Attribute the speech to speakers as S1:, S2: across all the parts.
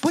S1: 不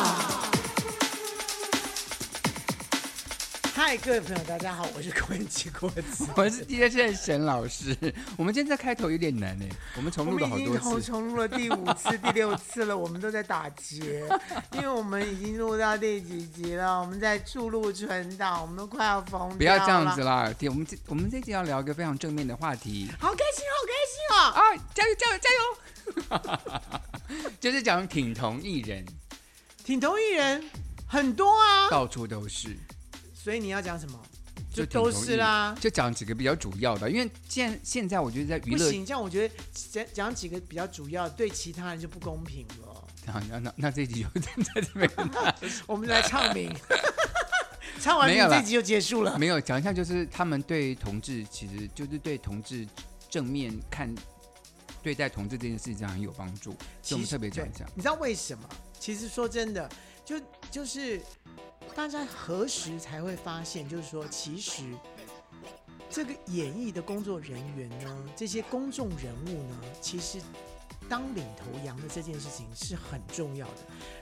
S1: 嗨，各位朋友，大家好，我是郭文奇郭子。
S2: 我是 DJ 沈老师， 我们今天这开头有点难呢，欸我们重
S1: 我
S2: 录
S1: 们
S2: 了好
S1: 已经
S2: 多
S1: 重
S2: 次。
S1: 重录了第五次、第六次了，我们都在打 结，因为我们已经录到第几集了？我们在注入存档，我们都快要疯掉
S2: 不要这样子
S1: 了，
S2: 啦！对，我们这我们这集要聊一个非常正面的话题
S1: 好开心，好开心哦！
S2: 啊！加油加油加油！ 就是讲挺同艺人，
S1: 挺同艺人很多啊，
S2: 到处都是，
S1: 所以你要讲什么？就
S2: 就
S1: 都
S2: 挺同
S1: 是
S2: 艺
S1: 啦。
S2: 就讲几个比较主要的，因为现现在我觉得在娱
S1: 不
S2: 乐，
S1: 行，这样我觉得讲讲几个比较主要，对其他人就不公平了。
S2: 好那那那这一集就 在这边跟大家
S1: 我们来唱 名，唱完
S2: 没
S1: 名
S2: 有啦
S1: 这集就结束了。
S2: 没有讲一下，就是他们对同志，其实就是对同志正面看对待同志这件事情上很有帮助，
S1: 其
S2: 所以我们
S1: 实
S2: 特别讲一下
S1: 对。你知道为什么？其实说真的，就就是大家何时才会发现，就是说，其实这个演艺的工作人员呢，这些公众人物呢，其实当领头羊的这件事情是很重要的。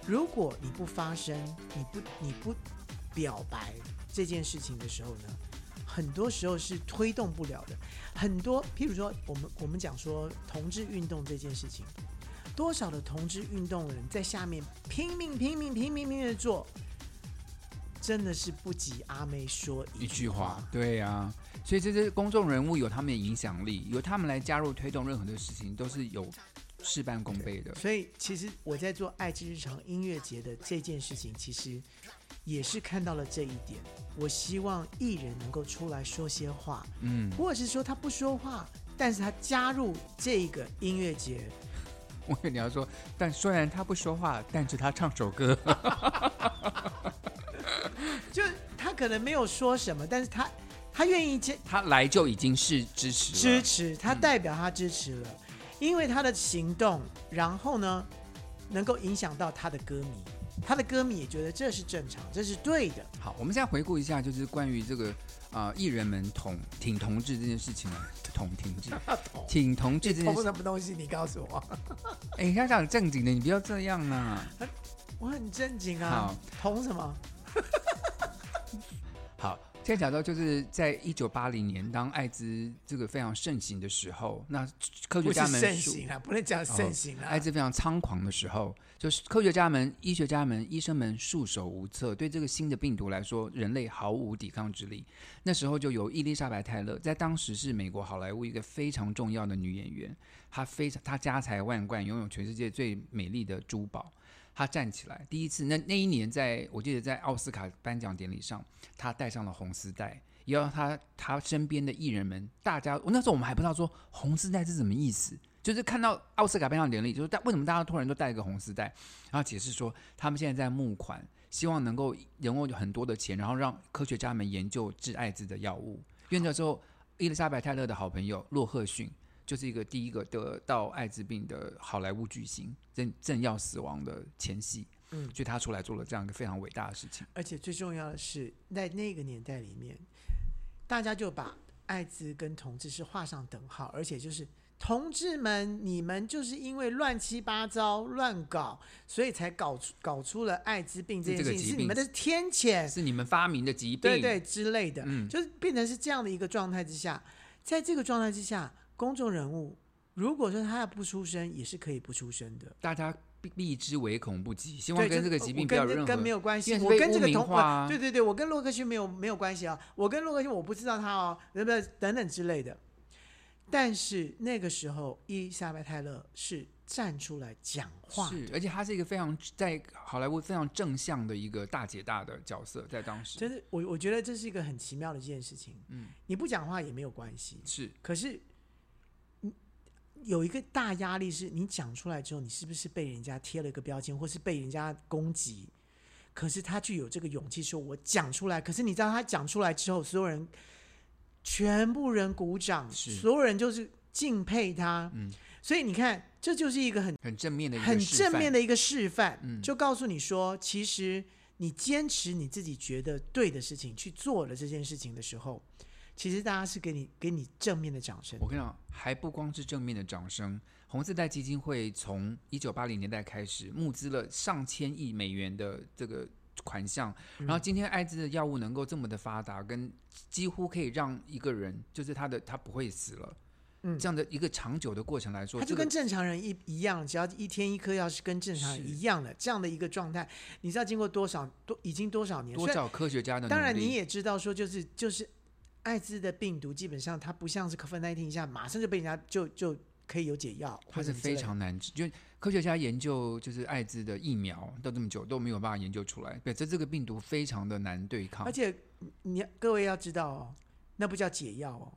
S1: 如果你不发声，你不你不表白这件事情的时候呢，很多时候是推动不了的。很多，譬如说，我们我们讲说同志运动这件事情，多少的同志运动人在下面拼命拼命拼命拼命的做，真的是不及阿妹说
S2: 一
S1: 一
S2: 句
S1: 句
S2: 话
S1: 话。，
S2: 对啊，所以这些公众人物有他们的影响力，由他们来加入推动任何的事情，都是有事半功倍的。
S1: 所以，其实我在做爱之日常音乐节的这件事情，其实也是看到了这一点。我希望艺人能够出来说些话，
S2: 嗯，
S1: 或者是说他不说话，但是他加入这个音乐节，
S2: 我跟你要说，但虽然他不说话，但是他唱首歌，
S1: 就他可能没有说什么，但是他他愿意接
S2: 他来就已经是支持了。
S1: 支持，他代表他支持了，因为他的行动，然后呢，能够影响到他的歌迷，他的歌迷也觉得这是正常，这是对的。
S2: 好，我们现在回顾一下，就是关于这个啊，艺、人们同挺同志这件事情啊，同挺 志挺同志这件事，
S1: 什么东西？你告诉我，
S2: 哎、要讲正经的，你不要这样啊。
S1: 我很正经啊
S2: 好。
S1: 同什么？
S2: 好，现在讲到就是在一九八零年，当艾滋这个非常盛行的时候，那科
S1: 不
S2: 学
S1: 是
S2: 家们
S1: 盛
S2: 数
S1: 行啊，不能讲盛行啊。
S2: 艾滋非常猖狂的时候，就是科学家们、医学家们、医生们束手无策，对这个新的病毒来说，人类毫无抵抗之力。那时候就有伊丽莎白·泰勒，在当时是美国好莱坞一个非常重要的女演员，她非常她家财万贯，拥有全世界最美丽的珠宝。她站起来，第一次那那一年在，我记得在奥斯卡颁奖典礼上，她戴上了红丝带。也让她她身边的艺人们，大家，我那时候我们还不知道说红丝带是什么意思，就是看到奥斯卡颁奖典礼，就是大为什么大家突然都带一个红丝带，然后解释说他们现在在募款，希望能够能够有很多的钱，然后让科学家们研究治艾滋的药物。因为那时候伊丽莎白泰勒的好朋友洛赫逊就是一个第一个得到艾滋病的好莱坞巨星，正正要死亡的前夕，
S1: 嗯
S2: 所以他出来做了这样一个非常伟大的事情。
S1: 而且最重要的是，在那个年代里面，大家就把艾滋跟同志是画上等号，而且就是同志们，你们就是因为乱七八糟乱搞，所以才搞出搞出了艾滋病这件事
S2: 这个疾
S1: 情，
S2: 病
S1: 是你们的天谴，
S2: 是你们发明的疾病，
S1: 对对之类的，
S2: 嗯
S1: 就是变成是这样的一个状态之下，在这个状态之下，公众人物如果说他要不出声，也是可以不出声的。
S2: 大家避避之唯恐不及，希望
S1: 对，
S2: 跟
S1: 就
S2: 这个
S1: 呃
S2: 疾
S1: 我
S2: 病不
S1: 跟
S2: 要有
S1: 这
S2: 任
S1: 跟
S2: 何
S1: 没有关系，
S2: 因为
S1: 我
S2: 被
S1: 跟这
S2: 污
S1: 个
S2: 名
S1: 同
S2: 化啊
S1: 我对对对，我跟洛克逊没有没有关系啊，我跟洛克逊我不知道他哦，对不对？等等之类的。但是那个时候，伊丽莎白泰勒是站出来讲话，
S2: 是，而且她是一个非常在好莱坞非常正向的一个大姐大的角色，在当时
S1: 真的，我我觉得这是一个很奇妙的一件事情。
S2: 嗯，
S1: 你不讲话也没有关系，
S2: 是
S1: 可是你有一个大压力是，你讲出来之后，你是不是被人家贴了一个标签，或是被人家攻击？可是他具有这个勇气，说我讲出来。可是你知道，他讲出来之后，所有人全部人鼓掌，
S2: 是
S1: 所有人就是敬佩他。嗯，所以你看，这就是一个很
S2: 很正面的一个
S1: 很
S2: 示
S1: 正
S2: 范嗯
S1: 面的一个示范，就告诉你说，其实你坚持你自己觉得对的事情去做了这件事情的时候，其实大家是给你给你正面的掌声
S2: 我。跟你讲，还不光是正面的掌声，红丝带基金会从一九八零年代开始募资了上千亿美元的这个款项，然后
S1: 嗯
S2: 今天艾滋的药物能够这么的发达，跟几乎可以让一个人就是他的他不会死了，
S1: 嗯
S2: 这样的一个长久的过程来说，
S1: 他就
S2: 这个
S1: 跟正常人一一样，只要一天一颗药是跟正常人
S2: 是
S1: 一样的这样的一个状态，你知道经过多少多已经多少年？
S2: 多
S1: 虽然
S2: 少科学家的
S1: 当
S2: 努
S1: 然
S2: 力
S1: 你也知道说就是就是艾滋的病毒基本上它不像是 COVID 1 9一下马上就被人家就就可以有解药，
S2: 它
S1: 或
S2: 是
S1: 者
S2: 非常难治，就是科学家研究就是艾滋的疫苗到这么久都没有办法研究出来，对，这这个病毒非常的难对抗
S1: 而。且你各位要知道哦，那不叫解药哦，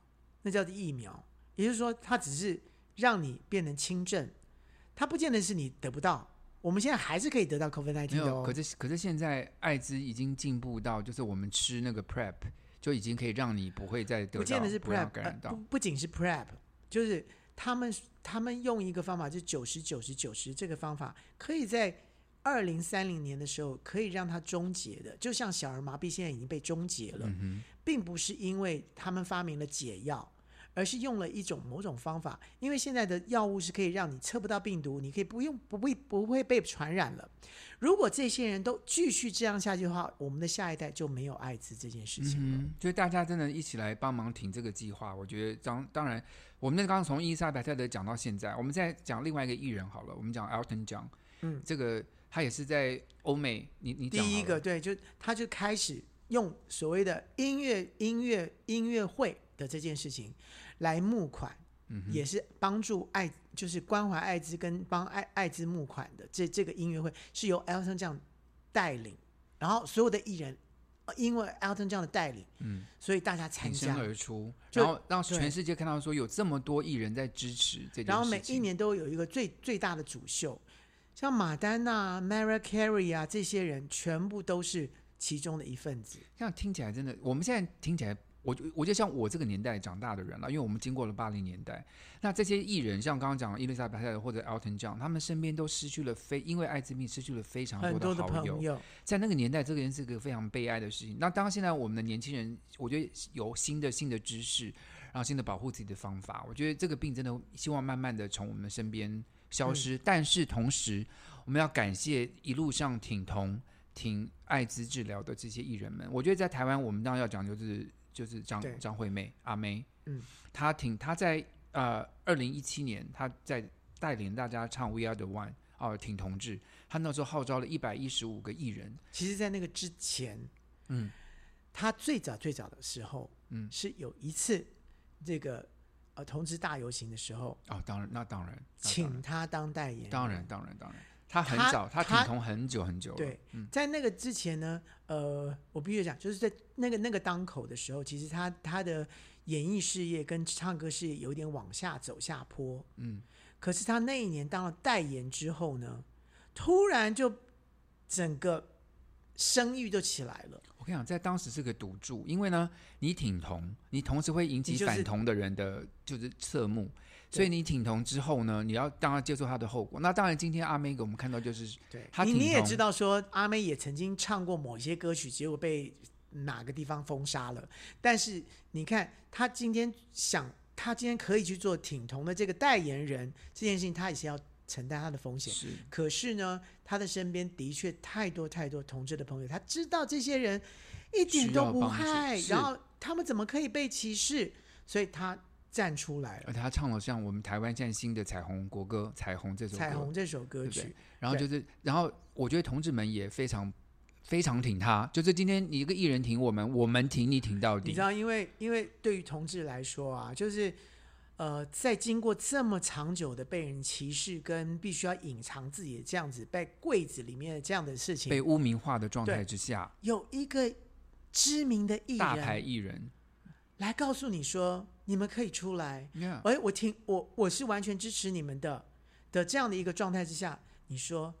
S1: 那叫疫苗。也就是说，它只是让你变成轻症，它不见得是你得不到。我们现在还是可以得到 COVID 1 9
S2: 没
S1: 的
S2: 有，
S1: 哦
S2: 可。是可是现在艾滋已经进步到，就是我们吃那个 PrEP 就已经可以让你不会再得到，
S1: 不见得是
S2: 不要
S1: PrEP，、
S2: 感
S1: 呃
S2: 染到。
S1: 不不仅是 PrEP，就是他们他们用一个方法，就是九十九十九十这个方法，可以在二零三零年的时候可以让它终结的，就像小儿麻痹现在已经被终结了。
S2: 嗯
S1: 并不呃是因为他们发明了解药，而是用了一种某种方法。因为现在的药物是可以让你测不到病毒，你可以不用不会不会被传染了。如果这些人都继续这样下去的话，我们的下一代就没有艾滋这件事
S2: 哼，
S1: 情了。
S2: 嗯哼，所以大家真的一起来帮忙挺这个计划。我觉得当当然，我们那刚刚从伊丽莎白泰德讲到现在，我们再讲另外一个艺人好了，我们讲 Elton John，
S1: 嗯，
S2: 这个他也是在欧美，你你讲
S1: 第一
S2: 好
S1: 个
S2: 了
S1: 对，就他就开始用所谓的音乐音乐音乐会的这件事情来募款，
S2: 嗯
S1: 也是帮助艾就是关怀艾滋跟帮艾艾滋募款的这这个音乐会是由 Elton 这样带领，然后所有的艺人呃因为 Elton 这样的带领，
S2: 嗯，
S1: 所以大家参
S2: 挺身
S1: 加，
S2: 而出，
S1: 就
S2: 然后让
S1: 对
S2: 全世界看到说有这么多艺人在支持这件事情。
S1: 然后每一年都有一个最最大的主秀，像马丹娜、Mariah 啊 Carey 啊这些人全部都是其中的一份子。
S2: 这样听起来真的，我们现在听起来，我就我就像我这个年代长大的人了，因为我们经过了八零年代。那这些艺人，像刚刚讲的伊丽莎白泰勒或者 Elton John，他们身边都失去了非，因为艾滋病失去了非常
S1: 很多
S2: 多
S1: 的
S2: 好
S1: 朋
S2: 友。
S1: 友，
S2: 在那个年代，这个人是个非常悲哀的事情。那当然，现在我们的年轻人，我觉得有新的新的知识，然后新的保护自己的方法，我觉得这个病真的希望慢慢的从我们身边消失。但是同时，我们要感谢一路上挺同、挺艾滋治疗的这些艺人们。我觉得在台湾，我们当然要讲究就是就是张
S1: 对
S2: 张惠妹阿妹，
S1: 嗯，
S2: 她挺她在呃二零一七年她在带领大家唱《We Are the One》哦，挺同志。他那时候号召了一百一十五个艺人，
S1: 其实，在那个之前，
S2: 嗯，
S1: 他最早最早的时候，
S2: 嗯
S1: 是有一次这个呃同志大游行的时候，
S2: 哦，当然，那当然，那
S1: 请他当代言人。
S2: 当然，当然，当然，当然，他很
S1: 他
S2: 早，他挺
S1: 他
S2: 同很久很久了，嗯
S1: 对，在那个之前呢，呃，我必须讲，就是在那个那个当口的时候，其实他他的演艺事业跟唱歌事业有点往下走下坡。
S2: 嗯，
S1: 可是他那一年当了代言之后呢，突然就整个声誉就起来了。
S2: 我跟你讲，在当时是个赌注，因为呢，你挺同，你同时会引
S1: 你
S2: 起
S1: 就是
S2: 反同的人的，就是侧目，
S1: 对
S2: 所以你挺同之后呢，你要当然接受他的后果。那当然，今天阿妹给我们看到就是
S1: 对，
S2: 他
S1: 你你
S2: 挺
S1: 也
S2: 红
S1: 知道说，阿妹也曾经唱过某些歌曲，结果被哪个地方封杀了。但是你看，她今天想，她今天可以去做挺同的这个代言人这件事情，她以前要承担她的风险。
S2: 是
S1: 可是呢，她的身边的确太多太多同志的朋友，她知道这些人一点
S2: 需
S1: 都
S2: 要
S1: 不
S2: 帮助
S1: 害，
S2: 是
S1: 然后他们怎么可以被歧视？所以她站出来
S2: 而
S1: 了，
S2: 且他唱了像我们台湾现在新的《彩虹国歌》《彩虹》这首歌，
S1: 彩虹这首歌
S2: 对不
S1: 曲
S2: 对。然后就是，然后我觉得同志们也非常非常挺他，就是今天你一个艺人挺我们，我们挺你挺到
S1: 你
S2: 底
S1: 知。道，因为因为对于同志来说啊，就是呃，在经过这么长久的被人歧视跟必须要隐藏自己的这样子被柜子里面的这样的事
S2: 被
S1: 情，
S2: 污名化的状
S1: 对
S2: 态之下，
S1: 有一个知名的艺
S2: 大牌
S1: 人
S2: 艺人
S1: 来告诉你说，你们可以出来，
S2: ，yeah,
S1: 哎，我听我我是完全支持你们的的这样的一个状态之下，你说。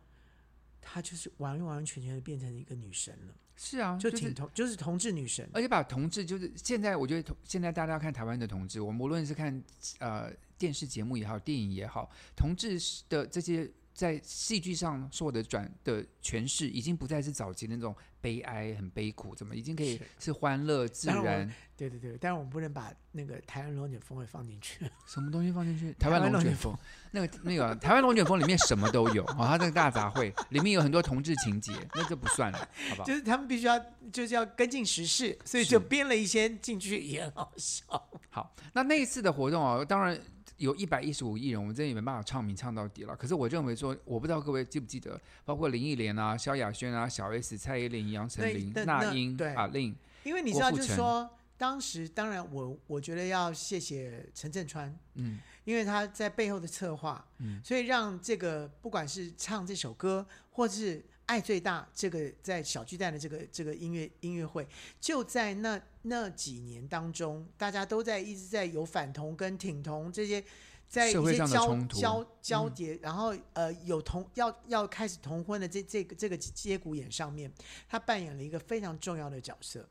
S1: 她就是完完全全的变成一个女神了，
S2: 是啊，
S1: 就是挺同，就是同志女神。
S2: 而且把同志就是现在，我觉得同现在大家看台湾的同志，我们无论是看呃电视节目也好，电影也好，同志的这些在戏剧上受的转的诠释，已经不再是早期那种悲哀、很悲苦，怎么已经可以
S1: 是
S2: 是欢乐自
S1: 当然
S2: 然
S1: 我，对对对，但是我们不能把那个台湾龙卷风也放进去。
S2: 什么东西放进去？
S1: 台
S2: 台湾
S1: 湾龙
S2: 龙卷
S1: 卷
S2: 风，那个那个台湾龙卷风里面什么都有哦，它这个大杂烩里面有很多同志情节，那就不算了，好不好
S1: 就？是他们必须要就是要跟进时事，所以就是编了一些进去也很好 笑。
S2: 好，那那一次的活动哦，当然有一百一十五艺人，我们真的也没办法唱名唱到底了。可是我认为说，我不知道各位记不记得，包括林忆莲啊、萧亚轩啊、小 S、蔡依林、杨丞
S1: 那
S2: 琳、
S1: 那
S2: 那
S1: 那
S2: 英
S1: 对、
S2: 阿令，
S1: 因为你
S2: 郭
S1: 知道，
S2: 富
S1: 就是
S2: 城
S1: 说当时当然我我觉得要谢谢陈振川，
S2: 嗯，
S1: 因为他在背后的策划，
S2: 嗯
S1: 所以让这个不管是唱这首歌，或是爱最大这个在小巨蛋的这个这个音乐音乐会，就在那那几年当中，大家都在一直在有反同跟挺同这些。在一
S2: 社会
S1: 些
S2: 上的
S1: 交
S2: 冲突嗯
S1: 交交叠，然后呃有同要要开始同婚的这这个这个节骨眼上面，他扮演了一个非常重要的角色，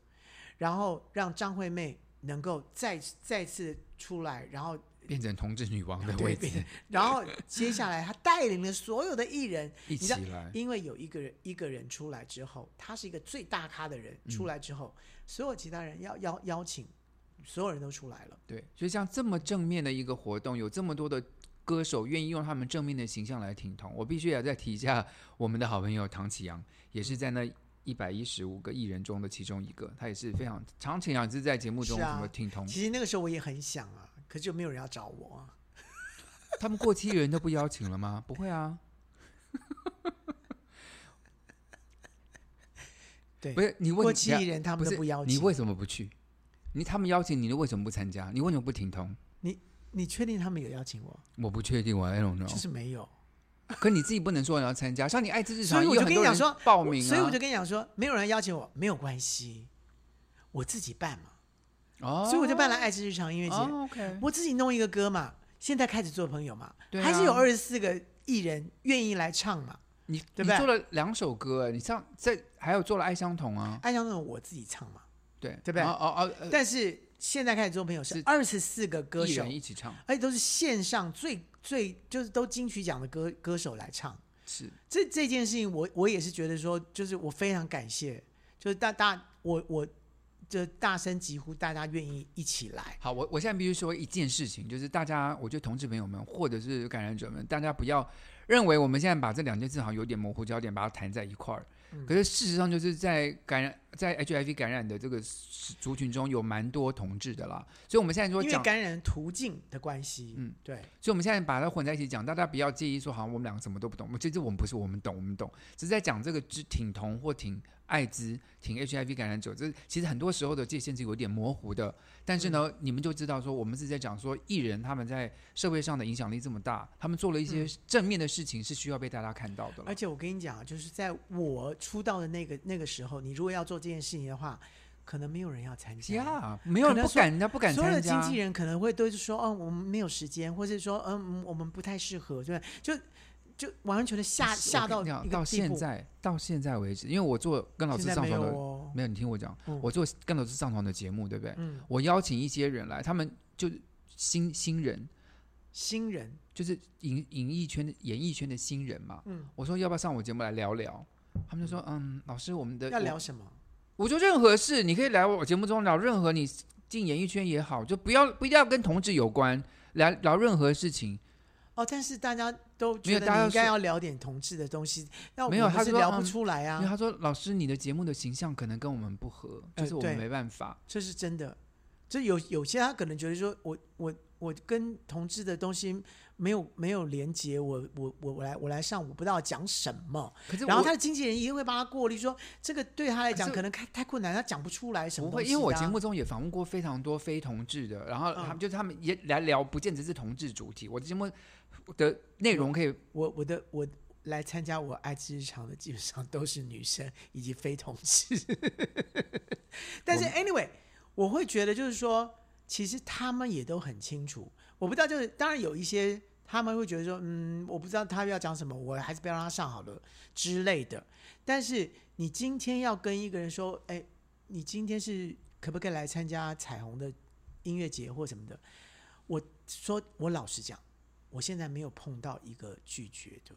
S1: 然后让张惠妹能够再再次出来，然后
S2: 变成同志女王的
S1: 啊对
S2: 位置
S1: 变 然后接下来，他带领了所有的艺人，
S2: 一
S1: 知
S2: 起
S1: 道
S2: 来。
S1: 因为有一个人一个人出来之后，他是一个最大咖的
S2: 嗯
S1: 人，出来之后，所有其他人要邀邀请，所有人都出来了。
S2: 对，所以像这么正面的一个活动，有这么多的歌手愿意用他们正面的形象来挺同，我必须也再提一下我们的好朋友唐启阳，也是在那一百一十五个艺人中的其中一个，他也是非常唐启阳也是在节目中
S1: 是啊
S2: 什么挺 同，
S1: 其实那个时候我也很想啊，可是就没有人要找我啊。
S2: 他们过期艺人都不邀请了吗？不会啊。
S1: 对
S2: 不是你问
S1: 过
S2: 你
S1: 气艺人他
S2: 不
S1: 们
S2: 是
S1: 都不邀
S2: 你
S1: 请，
S2: 为什么不去？你他们邀请你，你为什么不参加？你为什么不挺同？
S1: 你确定他们有邀请我？
S2: 我不确定，我 I don't know。
S1: 就是没有。
S2: 可你自己不能说你要参加，像你爱之日
S1: 所
S2: 常，
S1: 以我
S2: 也有
S1: 就跟
S2: 很多
S1: 你讲
S2: 人
S1: 说
S2: 报名啊，
S1: 所以我就跟你讲说，没有人邀请我，没有关系，我自己办嘛。
S2: 哦，
S1: 所以我就办了爱之日常音乐节。
S2: 哦，OK，
S1: 我自己弄一个歌嘛，现在开始做朋友嘛，
S2: 对啊
S1: 还是有二十四个艺人愿意来唱嘛。
S2: 你
S1: 对不
S2: 你
S1: 对
S2: 做了两首歌，你上在还有做了爱相同啊，
S1: 爱像那种我自己唱嘛，
S2: 对
S1: 对不对
S2: 哦哦哦，
S1: 但是现在开始做朋友是
S2: 是
S1: 二十四个歌
S2: 呃艺
S1: 手
S2: 人，一起唱
S1: 而且都是线上最最就是都金曲奖的歌歌手来唱。
S2: 是
S1: 这这件事情我，我也是觉得说，就是我非常感谢，就是大大我我就大声疾呼，大家愿意一起来。
S2: 好，我我现在必须说一件事情，就是大家，我觉得同志朋友们或者是感染者们，大家不要认为我们现在把这两件事好像有点模糊焦点，把它谈在一块儿。
S1: 嗯
S2: 可是事实上，就是在感染在 HIV 感染的这个族群中，有蛮多同志的啦。所以我们现在说
S1: 因为
S2: 讲，
S1: 感染途径的关系，
S2: 嗯，
S1: 对，
S2: 所以我们现在把它混在一起讲，大家不要介意说好像我们两个什么都不懂，其实我们不是我们懂，我们懂，只是在讲这个之挺同或挺艾滋、挺 HIV 感染者，这其实很多时候的界限是有点模糊的。但是呢，你们就知道说我们是在讲说艺人他们在社会上的影响力这么大，他们做了一些正面的事情是需要被大家看到的
S1: 嗯而
S2: 了。
S1: 且我跟你讲啊，就是在我出道的那个那个时候，你如果要做这件事情的话，可能没有人要参加。
S2: 呀，没有
S1: 啊可
S2: 人
S1: 能
S2: 不敢，人家不敢
S1: 所有的
S2: 参
S1: 经
S2: 加。
S1: 纪人可能会都是说，哦，我们没有时间，或是说，嗯，我们不太适合，对吧，就就完全的吓
S2: 我
S1: 吓
S2: 跟
S1: 到
S2: 你讲
S1: 一个
S2: 到
S1: 地
S2: 现
S1: 步。
S2: 在到现在为止，因为我做跟老
S1: 现
S2: 师
S1: 在
S2: 上
S1: 没
S2: 床
S1: 有
S2: 的，
S1: 哦，
S2: 没有你听我讲，
S1: 嗯
S2: 我做跟老师上床的节目，对不对？
S1: 嗯，
S2: 我邀请一些人来，他们就是新新人，
S1: 新人，
S2: 就是影影艺圈的演艺圈的新人嘛。
S1: 嗯，
S2: 我说要不要上我节目来聊聊？他们就说，嗯，老师，我们的
S1: 要
S2: 我
S1: 聊什么？
S2: 我说任何事，你可以来我节目中聊任何你进演艺圈也好，就不要不一定要跟同志有关，聊聊任何事情。
S1: 哦，但是大家都
S2: 没
S1: 觉
S2: 有
S1: 得
S2: 大家
S1: 你应该
S2: 说
S1: 要聊点同志的东西，那我
S2: 没有
S1: 们
S2: 他
S1: 是
S2: 说
S1: 聊不
S2: 嗯
S1: 出来
S2: 因
S1: 啊，
S2: 为他说，老师，你的节目的形象可能跟我们不合，
S1: 呃
S2: 就是我们
S1: 对
S2: 没办法。
S1: 这是真的。这有有些他可能觉得说我我我跟同志的东西没有没有连接，我我我我来我来上我不知道讲什么，
S2: 可是
S1: 然后
S2: 我
S1: 他的经纪人一定会帮他过滤说，这个对他来讲
S2: 可是
S1: 可能太太困难，他讲不出来什么东
S2: 不会，
S1: 西、啊。嗯
S2: 因为我节目中也访问过非常多非同志的，然后他们、就是他们也来聊，不见得是同志主题。我的节目的内容可以，
S1: 我我的我来参加我爱之日常的基本上都是女生以及非同志，但是 anyway，我会觉得就是说，其实他们也都很清楚。我不知道，就是当然有一些他们会觉得说，嗯，我不知道他要讲什么，我还是不要让他上好了之类的。但是你今天要跟一个人说，哎，你今天是可不可以来参加彩虹的音乐节或什么的？我说，我老实讲，我现在没有碰到一个拒绝的，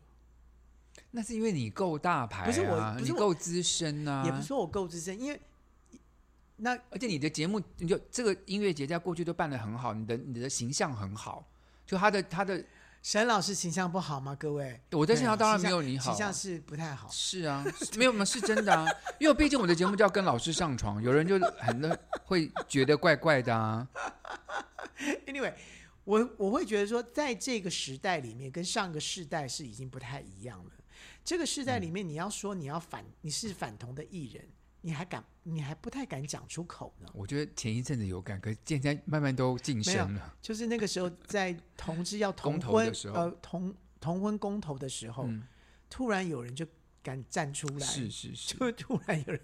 S2: 那是因为你够大牌、啊，
S1: 不是我不
S2: 你
S1: 是我
S2: 够资深啊，
S1: 也不是说我够资深，因为那
S2: 而且你的节目，你就这个音乐节在过去都办得很好，你的你的形象很好，就他的他的，
S1: 沈老师形象不好吗？各位，
S2: 我在现场
S1: 对
S2: 当然
S1: 形
S2: 没
S1: 象
S2: 有你好
S1: 形
S2: 啊、
S1: 象是不太好。
S2: 是啊，是没有嘛，是真的啊，因为毕竟我的节目叫跟老师上床，有人就很多会觉得怪怪的啊，
S1: Anyway，我我会觉得说，在这个时代里面，跟上个世代是已经不太一样了。这个世
S2: 嗯
S1: 代里面，你要说你要反，你是反同的艺人，你还敢，你还不太敢讲出口呢。
S2: 我觉得前一阵子有感，可是现在慢慢都晋升了。
S1: 就是那个时候，在同志要同
S2: 公投
S1: 婚
S2: 的时候
S1: 呃同同婚公投的时候，
S2: 嗯
S1: 突然有人就敢站出来，
S2: 是是是，
S1: 就突然有人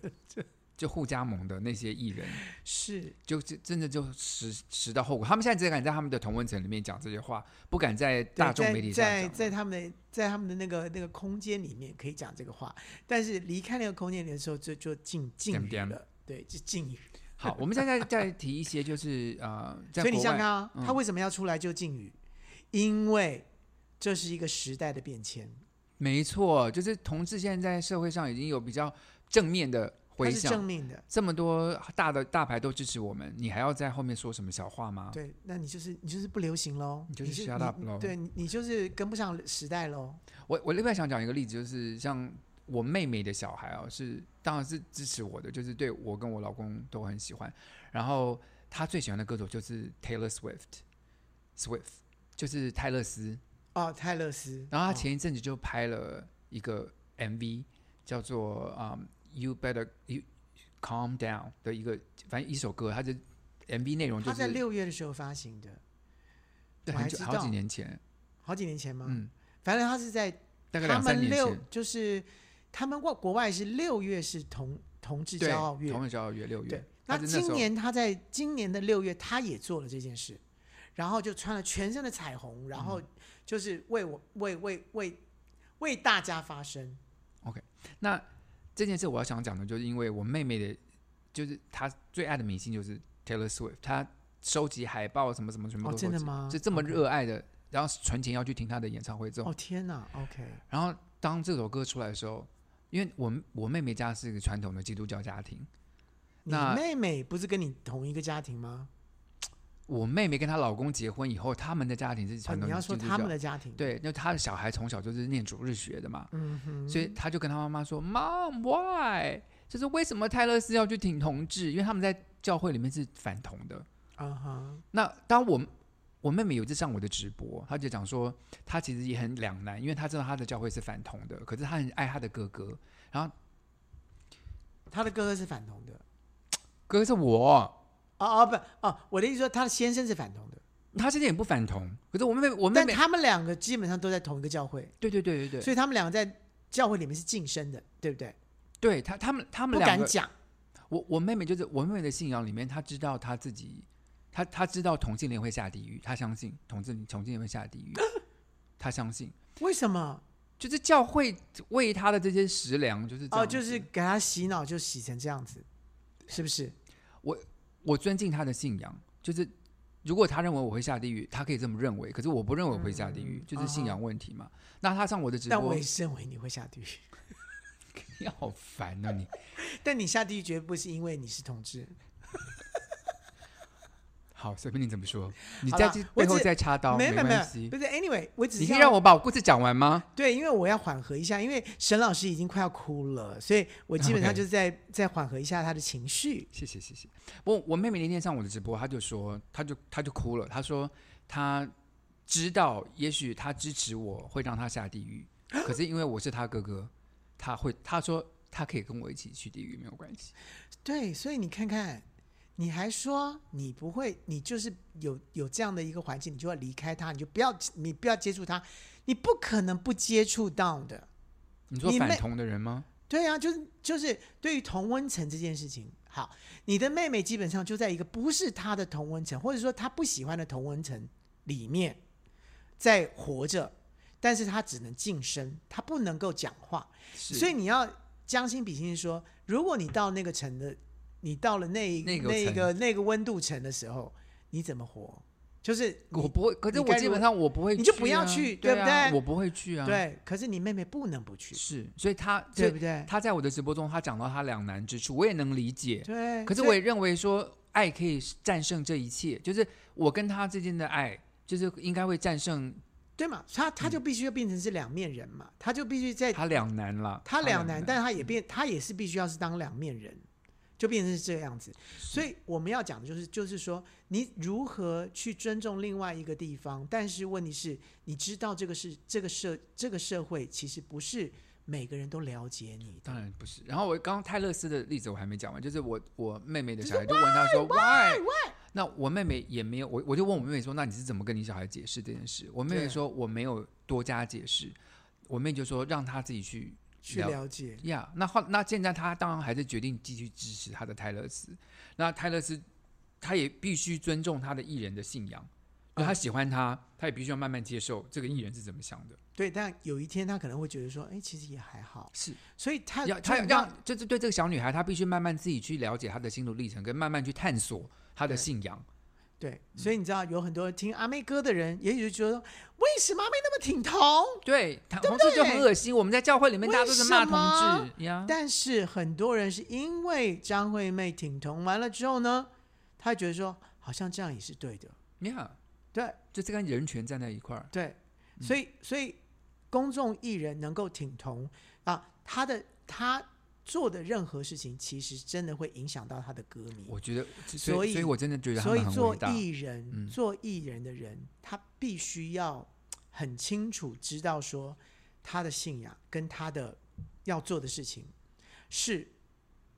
S2: 就互加盟的那些艺人，
S1: 是
S2: 就是真的就实实到后果。他们现在只敢在他们的同温层里面讲这些话，不敢在大众
S1: 对
S2: 媒体上
S1: 在在
S2: 讲。
S1: 在他们的在他们的那个那个空间里面可以讲这个话，但是离开那个空间里的时候就就禁禁
S2: 点
S1: 语
S2: 点
S1: 了，对，就禁语。
S2: 好，我们现在再提一些，就是呃，在
S1: 所以你
S2: 国
S1: 想想
S2: 外
S1: 看啊，
S2: 嗯
S1: 他为什么要出来就禁语？因为这是一个时代的变迁，
S2: 没错，就是同志现在在社会上已经有比较正面的
S1: 它
S2: 回
S1: 是正
S2: 响。
S1: 面的。
S2: 这么多大的大牌都支持我们，你还要在后面说什么小话吗？
S1: 对，那你就是你就是不流行喽，
S2: 你就是
S1: 你
S2: shut up
S1: 你
S2: 咯
S1: 对，你你就是跟不上时代喽。
S2: 我我另外想讲一个例子，就是像我妹妹的小孩哦，是当然是支持我的，就是对我跟我老公都很喜欢。然后她最喜欢的歌手就是 Taylor Swift，Swift 就是泰勒斯。
S1: 哦，泰勒斯，
S2: 然后她
S1: 哦
S2: 前一阵子就拍了一个 MV，叫做啊、嗯 You Better You Calm Down 的一个，反正一首歌，它的 MV 内容就
S1: 他在
S2: 是
S1: 六月的时候发行的，
S2: 对
S1: 我还
S2: 很久
S1: 知
S2: 好
S1: 道
S2: 几年前，
S1: 好几年前吗？
S2: 嗯，
S1: 反正他是在
S2: 大概
S1: 他
S2: 两三
S1: 们
S2: 年
S1: 六
S2: 前。
S1: 就是他们外国外是六月是同同志
S2: 对，
S1: 骄傲月，
S2: 同日骄傲月六
S1: 对
S2: 月，。
S1: 那
S2: 她是时
S1: 今
S2: 候
S1: 年他在今年的六月，他也做了这件事，然后就穿了全身的彩虹，然
S2: 嗯
S1: 后就是为我为为为为大家发声。
S2: 那这件事我要想讲的，就是因为我妹妹的，就是她最爱的明星就是 Taylor Swift，她收集海报什么什么什么
S1: 哦，
S2: 都
S1: 真
S2: 收
S1: 的
S2: 集，
S1: 吗？
S2: 就这么
S1: OK
S2: 热爱的，然后存钱要去听她的演唱会之后
S1: 哦，，天哪！OK，
S2: 然后当这首歌出来的时候，因为我我妹妹家是一个传统的基督教家庭，
S1: 你
S2: 那
S1: 妹妹不是跟你同一个家庭吗？
S2: 我妹妹跟她老公结婚以后，他们的家庭是
S1: 哦，
S2: 传统
S1: 你
S2: 的
S1: 要
S2: 基督
S1: 说
S2: 教，
S1: 他们的家庭，，
S2: 对，就她的小孩从小就是念主日学的嘛，
S1: 嗯哼，
S2: 所以他就跟他妈妈说：“Mom, why？就是为什么泰勒斯要去挺同志？因为他们在教会里面是反同的。
S1: 啊哈，
S2: 那当我我妹妹有一次上我的直播，她就讲说，她其实也很两难，因为她知道她的教会是反同的，可是她很爱她的哥哥，
S1: 他的哥哥是反同的。
S2: 哥哥是我，
S1: 哦哦不哦，我的意思说他的先生是反同的，
S2: 她现在也不反同，可是我妹妹，我哦妹
S1: 但
S2: 妹，
S1: 他们两个基本上都在同一个教会，
S2: 对对对对对，
S1: 所以他们两个在教会里面是晋升的，对不对？
S2: 对她他们他
S1: 不
S2: 们两
S1: 敢
S2: 个，
S1: 讲，
S2: 我我妹妹就是我妹妹的信仰里面，她知道她自己，她她知道同性恋会下地狱，她相信同性同性恋会下地狱，她相信。
S1: 为什么？
S2: 就是教会喂他的这些食粮，就是这
S1: 哦，
S2: 样子
S1: 就是给他洗脑，就洗成这样子，是不是？
S2: 我尊敬他的信仰，就是如果他认为我会下地狱，他可以这么认为，可是我不认为我会下地狱，
S1: 嗯
S2: 就是信仰问题嘛。那他上我的直
S1: 但
S2: 播
S1: 我也，认为你会下地狱，
S2: 你好烦啊你！
S1: 但你下地狱绝不是因为你是同志，
S2: 好，随便你怎么说，你
S1: 好
S2: 在
S1: 啦
S2: 这
S1: 我
S2: 背后
S1: 只
S2: 再插刀
S1: 没有没有没有
S2: 关，系
S1: 不。是。Anyway，我只是
S2: 你可以
S1: 要
S2: 让我把我故事讲完吗？
S1: 对，因为我要缓和一下，因为沈老师已经快要哭了，所以我基本上
S2: OK
S1: 就是在在缓和一下他的情绪。
S2: 谢谢谢谢。我我妹妹那天上我的直播，她就说，她就她就哭了，她说她知道，也许她支持我会让她下地狱，可是因为我是她哥哥，她会她说她可以跟我一起去地狱，没有关系。
S1: 对，所以你看看，你还说你不会，你就是有有这样的一个环境，你就要离开他，你就不要你不要接触他，你不可能不接触到的。
S2: 你说
S1: 你妹
S2: 反同的人吗？
S1: 对啊，就是就是对于同温层这件事情，好，你的妹妹基本上就在一个不是她的同温层，或者说她不喜欢的同温层里面在活着，但是她只能晋升，她不能够讲话，
S2: 是
S1: 所以你要将心比心地说，如果你到那个层的，你到了那一
S2: 那个
S1: 那
S2: 层
S1: 个那个温度层的时候，你怎么活？就是
S2: 我不会，可是
S1: 你该
S2: 我
S1: 如
S2: 基本上我不会去啊、
S1: 你就不要去
S2: 对
S1: 对不
S2: 啊
S1: 对
S2: 我不会去啊，，
S1: 对，可是你妹妹不能不去，
S2: 是，所以他
S1: 对
S2: 这
S1: 不对？
S2: 他在我的直播中，他讲到他两难之处，我也能理解，
S1: 对，
S2: 可是
S1: 所以
S2: 我也认为说，爱可以战胜这一切，就是我跟他之间的爱，就是应该会战胜
S1: 对嘛，他
S2: 嗯
S1: 他就必须要变成是两面人嘛，他就必须在
S2: 他两难了。
S1: 他两难，
S2: 难，
S1: 但他也变，他也是必须要是当两面人，就变成是这样子。所以我们要讲的就是，就是说你如何去尊重另外一个地方，但是问题是，你知道这个是这个社这个社会其实不是每个人都了解你的，
S2: 当然不是。然后我刚刚泰勒斯的例子我还没讲完，就是我我妹妹的小孩就问他说 why why，那我妹妹也没有，我我就问我妹妹说，那你是怎么跟你小孩解释这件事？我妹妹
S1: 对
S2: 说我没有多加解释，我妹就说让他自己去
S1: 去了解。
S2: 呀、那后那现在他当然还是决定继续支持他的泰勒斯，那泰勒斯他也必须尊重他的艺人的信仰，那他喜欢他，他也必须要慢慢接受这个艺人是怎么想的，
S1: 对，但有一天他可能会觉得说，哎，其实也还好。
S2: 是
S1: 所以他
S2: 要
S1: 就
S2: 他
S1: 你知道
S2: 让就是对这个小女孩，她必须慢慢自己去了解她的心路历程，跟慢慢去探索她的
S1: 对
S2: 信仰。
S1: 对，
S2: 嗯
S1: 所以你知道有很多听阿妹歌的人，也许就觉得为什么阿妹那么挺同？
S2: 对，她同志就很恶心。我们在教会里面
S1: 为
S2: 大家都是骂
S1: 什么
S2: 同志呀，
S1: 但是很多人是因为张惠妹挺同完了之后呢，他觉得说好像这样也是对的，
S2: 呀，
S1: 对
S2: 就这跟人权站在一块儿。
S1: 对，
S2: 嗯
S1: 所以所以公众艺人能够挺同啊，他的他做的任何事情，其实真的会影响到他的歌迷。
S2: 我觉得，所
S1: 所
S2: 以
S1: 以
S2: 所以我真的觉得他
S1: 所
S2: 们
S1: 以
S2: 很
S1: 做
S2: 伟大。
S1: 艺人、
S2: 嗯
S1: 做艺人的人，他必须要很清楚知道说他的信仰跟他的要做的事情是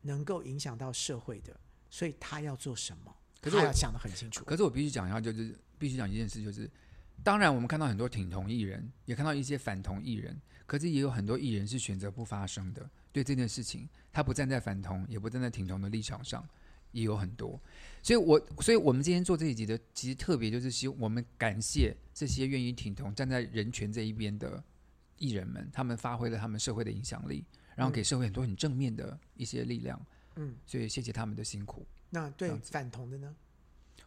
S1: 能够影响到社会的，所以他要做什么，
S2: 可是
S1: 他
S2: 我
S1: 要想得很清楚。
S2: 可是我必须讲一下，就是必须讲一件事，就是当然我们看到很多挺同艺人，也看到一些反同艺人，可是也有很多艺人是选择不发声的。对这件事情，他不站在反同，也不站在挺同的立场上，也有很多。所以我，所以我们今天做这一集的，其实特别就是希我们感谢这些愿意挺同、站在人权这一边的艺人们，他们发挥了他们社会的影响力，然后给社会很多很正面的一些力量。
S1: 嗯，
S2: 所以谢谢他们的辛苦。
S1: 那
S2: 这
S1: 对
S2: 样
S1: 反同的呢？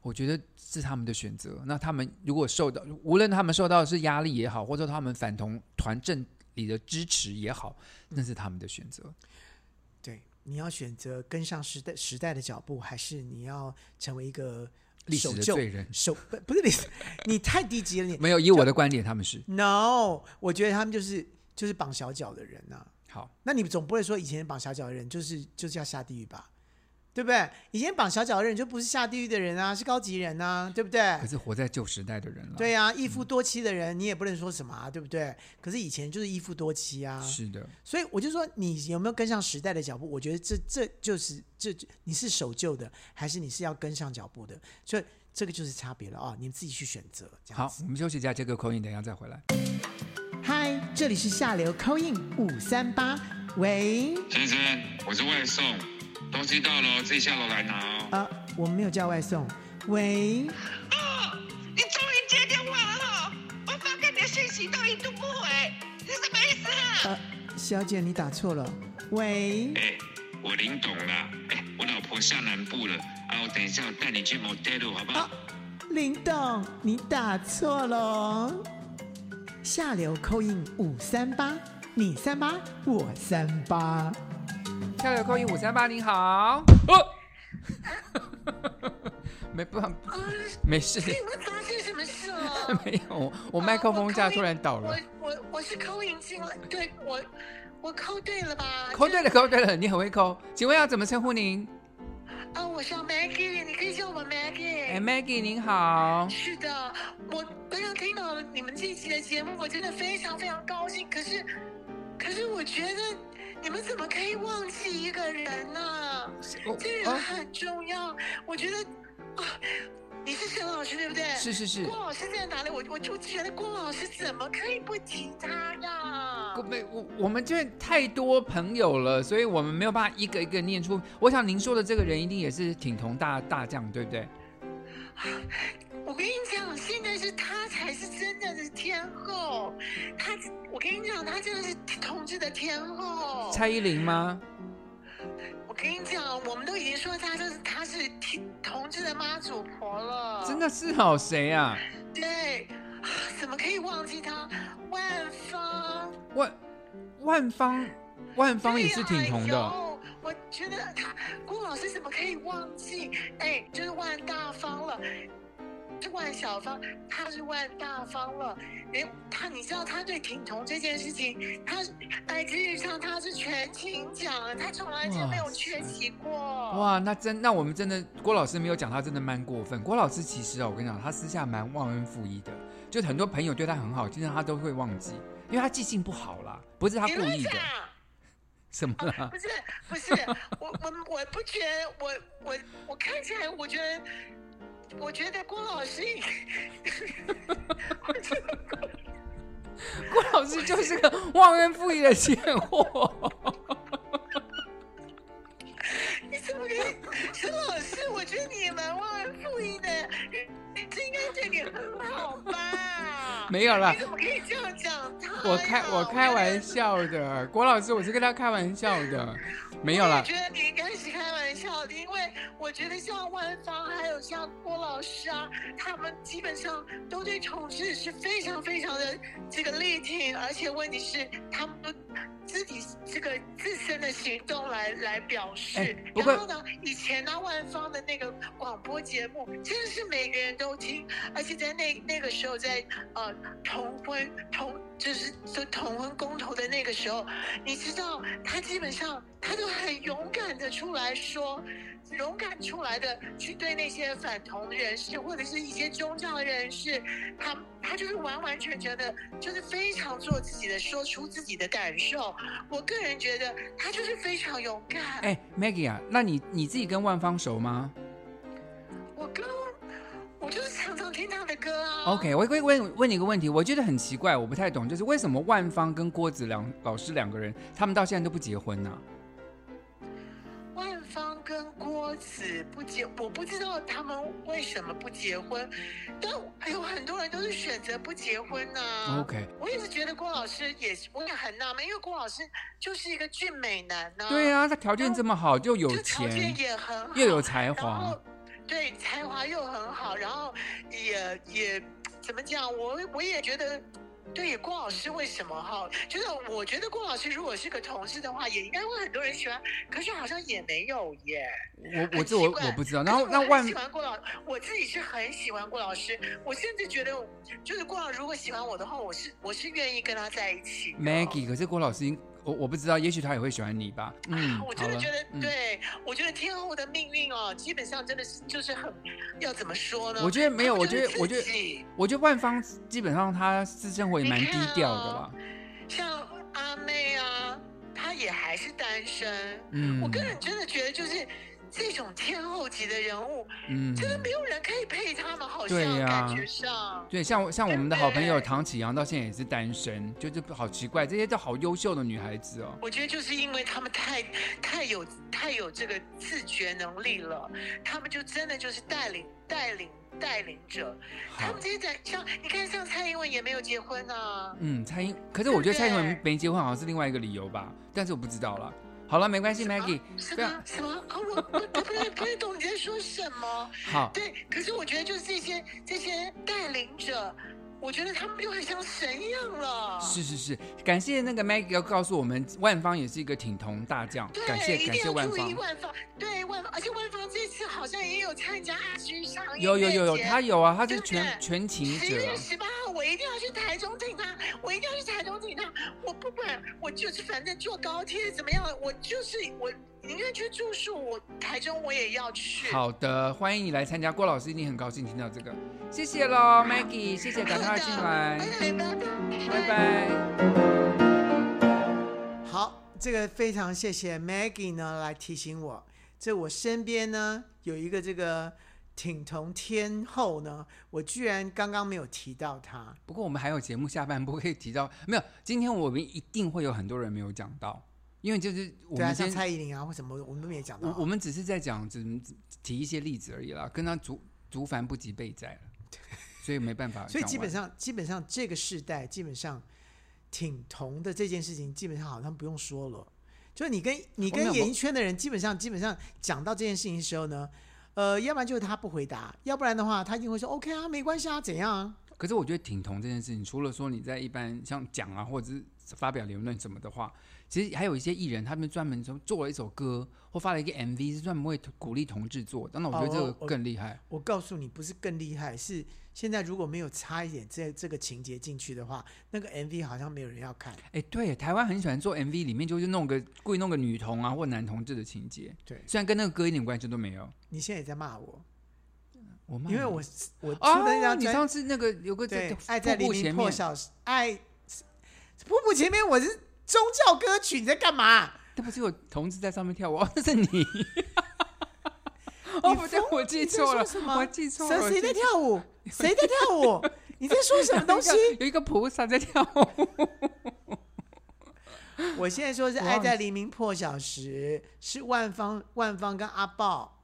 S2: 我觉得是他们的选择。那他们如果受到，无论他们受到的是压力也好，或者他们反同团阵里的支持也好，那是他们的选择。
S1: 对，你要选择跟上时代时代的脚步，还是你要成为一个
S2: 历史
S1: 守
S2: 的
S1: 旧
S2: 罪人
S1: 守不不是历史， 你太低级了你。
S2: 没有，以我的观点，他们是
S1: No，我觉得他们就是就是绑小脚的人呐、
S2: 好。
S1: 那你总不会说以前绑小脚的人就是就是要下地狱吧？对不对？以前绑小脚的人就不是下地狱的人啊，是高级人呐、对不对
S2: 可？是嗯活在旧时代的人了，
S1: 对呀、一夫多妻的人你也不能说什么啊，对不对？可是以前就是一夫多妻啊，
S2: 是的，
S1: 所以我就说你有没有跟上时代的脚步？我觉得这这就是这你是守旧的，还是你是要跟上脚步的？所以这个就是差别了啊，你们自己去选择。这样
S2: 好
S1: 子，
S2: 我们休息一下，这个口音等一下再回来。
S1: 嗨，这里是下流 c 印五三八，喂，
S3: 先生，我是外送，东西到了哦自己下楼来拿哦。
S1: 啊，我们没有叫外送，喂，
S4: 哦，你终于接电话了哈、我发给你的讯息都一度不回，你什么意思啊？
S1: 呃，小姐你打错了，喂，
S3: 哎、我林董啦，哎、我老婆下南部了，啊，我等一下我带你去 motel 好不好？
S1: 啊林董你打错了哦，下流 c 印五三八，你三八我三八，
S2: 下流口音五三八，您好。哦 没不没事，
S4: 呃你们发生什么事了？
S2: 没有， 我麦克风架突然倒了
S4: 我。我我是扣引进来，对我我扣对了吧？
S2: 扣对了，扣对了，你很会扣。请问要怎么称呼您？
S4: 啊、我叫 Maggie，你可以叫我 Maggie。
S2: 哎，Maggie 您好。哦
S4: 是的，我刚刚听到你们这一期的节目，我真的非常非常高兴。可是，可是我觉得你们怎么可以忘记一个人呢、
S2: 哦
S4: 这
S2: 哦
S4: 人很重要，我觉得啊，你是沈老师对不对？
S2: 是是是，
S4: 郭老师在哪里？我我就觉得郭老师怎么可以不提他呀？
S2: 我没我我们这太多朋友了，所以我们没有办法一个一个念出。我想您说的这个人一定也是挺同大大将，对不对？
S4: 我跟你讲，现在是他才是真正的天后，他我跟你讲，他真的是同志的天后。
S2: 蔡依林吗？
S4: 我跟你讲，我们都已经说她就是她是同同志的妈祖婆了，
S2: 真的是好谁啊？
S4: 对，啊怎么可以忘记她？万芳，
S2: 万万方万方也是挺红
S4: 对
S2: 的
S4: 啊。有我觉得他郭老师怎么可以忘记？哎，就是万大方了，是万小芳，他是万大方了。哎，他你知道他对挺同这件事情，他哎，基本上他是全勤奖，他从来就没有缺席过。哇，
S2: 哇，那真那我们真的郭老师没有讲他真的蛮过分。郭老师其实啊，我跟你讲，他私下蛮忘恩负义的，就很多朋友对他很好，经常他都会忘记，因为他记性不好啦，不是他
S4: 你
S2: 故
S4: 乱
S2: 意的
S4: 讲。。
S2: 什么啦
S4: 不？是不是，我 我我不觉得，我我我看起来，我觉得，我觉得郭老师应该
S2: 郭老师就是个忘恩负义的贱货。
S4: 你怎么可以？陈老师，我觉得你也蛮忘恩负义的，你这应该对你很好吧？
S2: 没有啦
S4: 你，怎么可以这样讲他呀？
S2: 我开我开玩笑的，郭老师，我是跟他开玩笑的，没有啦
S4: 我。觉得你应该是开玩笑的，因为我觉得像万芳还有像郭老师啊，他们基本上都对同志是非常非常的这个力挺，而且问题是他们都自己这个自身的行动来来表示。
S2: 哎不过
S4: 然后呢，以前呢、万芳的那个广播节目真的是每个人都听，而且在那那个时候在呃同婚同就是就同婚公投的那个时候，你知道，他基本上他都很勇敢的出来说，勇敢出来的去对那些反同人士或者是一些宗教人士，他他就是完完全全的，就是非常做自己的，说出自己的感受。我个人觉得他就是非常勇敢。
S2: 哎，Maggie 啊，那你你自己跟万芳熟吗
S4: 我跟我就是常常听他的歌啊。
S2: ？OK，我会问问你一个问题，我觉得很奇怪，我不太懂，就是为什么万芳跟郭子良老师两个人，他们到现在都不结婚呢、
S4: 万芳跟郭子不结，我不知道他们为什么不结婚，但还有很多人都是选择不结婚啊呐、
S2: OK，
S4: 我也是觉得郭老师也是，我也很纳闷，因为郭老师就是一个俊美男呐、
S2: 对、啊，他条件这么好，又有
S4: 就条
S2: 钱
S4: 件，也很好，
S2: 又有才
S4: 然
S2: 华
S4: 后，对才华又很好，然后也也怎么讲？我我也觉得。对郭老师为什么哈？就是我觉得郭老师如果是个同事的话，也应该会很多人喜欢，可是好像也没有耶。
S2: 我我
S4: 很
S2: 这我
S4: 奇怪
S2: 我不知道。
S4: 可
S2: 然后
S4: 是我
S2: 那
S4: 很
S2: 万
S4: 喜欢郭老，我自己是很喜欢郭老师，我甚至觉得就是郭老如果喜欢我的话，我是我是愿意跟他在一起的。
S2: Maggie，可是郭老师应，我我不知道，也许他也会喜欢你吧。嗯，
S4: 我
S2: 好
S4: 真的
S2: 了
S4: 觉得，，
S2: 嗯
S4: 对我觉得天后的命运哦，基本上真的是就是很要怎么说呢？
S2: 我觉得没有，
S4: 他
S2: 我
S4: 们就
S2: 觉
S4: 是
S2: 得我觉
S4: 自己
S2: 得我觉得万芳基本上她私生活也蛮
S4: 你
S2: 低
S4: 看
S2: 调的啦
S4: 哦。像阿妹啊，她也还是单身。
S2: 嗯
S4: 我个人真的觉得就是。这种天后级的人物，
S2: 嗯，
S4: 真的没有人可以配他们，好像
S2: 对呀
S4: 感觉上。
S2: 对，像我像我们的好朋友
S4: 对不对
S2: 唐启阳到现在也是单身，就是好奇怪，这些都好优秀的女孩子哦。
S4: 我觉得就是因为他们太太有太有这个自觉能力了，他们就真的就是带领带领带领者。他
S2: 好
S4: 们，这些在像你看，像蔡英文也没有结婚啊。
S2: 嗯，蔡英，可是我觉得
S4: 对不对
S2: 蔡英文没结婚好像是另外一个理由吧，但是我不知道了。好了，没关系，Maggie，
S4: 什
S2: 对啊
S4: 么什么啊！我我我不太不太懂你在说什么。
S2: 好，
S4: 对，可是我觉得就是这些这些带领者，我觉得他们就很像神一样了。
S2: 是是是，感谢那个 Maggie 要告诉我们，万芳也是一个挺同大将
S4: 对，，
S2: 感谢
S4: 一
S2: 感
S4: 定
S2: 谢
S4: 要
S2: 万
S4: 注意
S2: 芳。
S4: 万芳，对万芳，而且万芳这次好像也有参加阿巡上音
S2: 有有
S4: 乐
S2: 有有，
S4: 节
S2: 她有啊，她
S4: 对
S2: 是
S4: 不
S2: 全
S4: 对
S2: 全勤
S4: 十
S2: 者啊
S4: 月。十八号，我一定要去台中听他，我一定要去台中听他。我不管，我就是反正坐高铁怎么样，我就是我宁愿去住宿，我台中我也要去。，
S2: 好的，欢迎你来参加，郭老师一定很高兴听到这个，谢谢喽，Maggie，谢谢打电话进来，
S4: 拜拜拜
S2: 拜拜。
S1: 好，这个非常谢谢 Maggie 呢来提醒我，这我身边呢有一个这个挺同天后呢，我居然刚刚没有提到她。
S2: 不过我们还有节目下半部可以提到，没有？今天我们一定会有很多人没有讲到，因为就是我
S1: 对啊，
S2: 们
S1: 像
S2: 先，
S1: 蔡依林啊或什么，我们都没有讲到啊。
S2: 我我们只是在讲，只提一些例子而已啦，跟他竹竹凡不及备载了，所以没办法讲完。
S1: 所以基本上，基本上这个世代基本上挺同的这件事情，基本上好像不用说了。就是你跟你
S2: 哦我没
S1: 跟
S2: 有
S1: 演艺圈的人基本上基本上讲到这件事情的时候呢，呃，要不然就是他不回答，要不然的话他一定会说 OK 啊，没关系啊，怎样啊？
S2: 可是我觉得挺同这件事情，除了说你在一般像讲啊，或者是发表言论什么的话，其实还有一些艺人，他们专门做做了一首歌或发了一个 MV，是专门为鼓励同志做的。那我觉得这个
S1: 哦我
S2: 更厉害。
S1: 我告诉你，不是更厉害，是现在如果没有插一点这这个情节进去的话，那个 MV 好像没有人要看。
S2: 哎、对，台湾很喜欢做 MV，里面就是弄个故意弄个女童啊或男同志的情节，
S1: 对
S2: 虽然跟那个歌一点关系都没有。
S1: 你现在也在骂我，
S2: 我骂
S1: 因为
S2: 你
S1: 我我出
S2: 哦
S1: 的那，张
S2: 你
S1: 专
S2: 上次那个有个
S1: 对
S2: 这
S1: 《爱在黎
S2: 瀑布
S1: 明
S2: 前
S1: 破
S2: 面，
S1: 晓时》，爱瀑布前面我是宗教歌曲，你在干嘛？
S2: 那不是有同志在上面跳舞？哦， 那是你。
S1: 你
S2: 哦，不对，我记错了
S1: 你在说什，么
S2: 我记错了。
S1: 谁
S2: 我
S1: 谁
S2: 记
S1: 在跳 舞？谁在跳舞？你在说什么东西？
S2: 有一个菩萨在跳舞。
S1: 我现在说是《
S2: 我
S1: 爱
S2: 忘
S1: 在黎明破晓时》，是万芳、万芳跟阿豹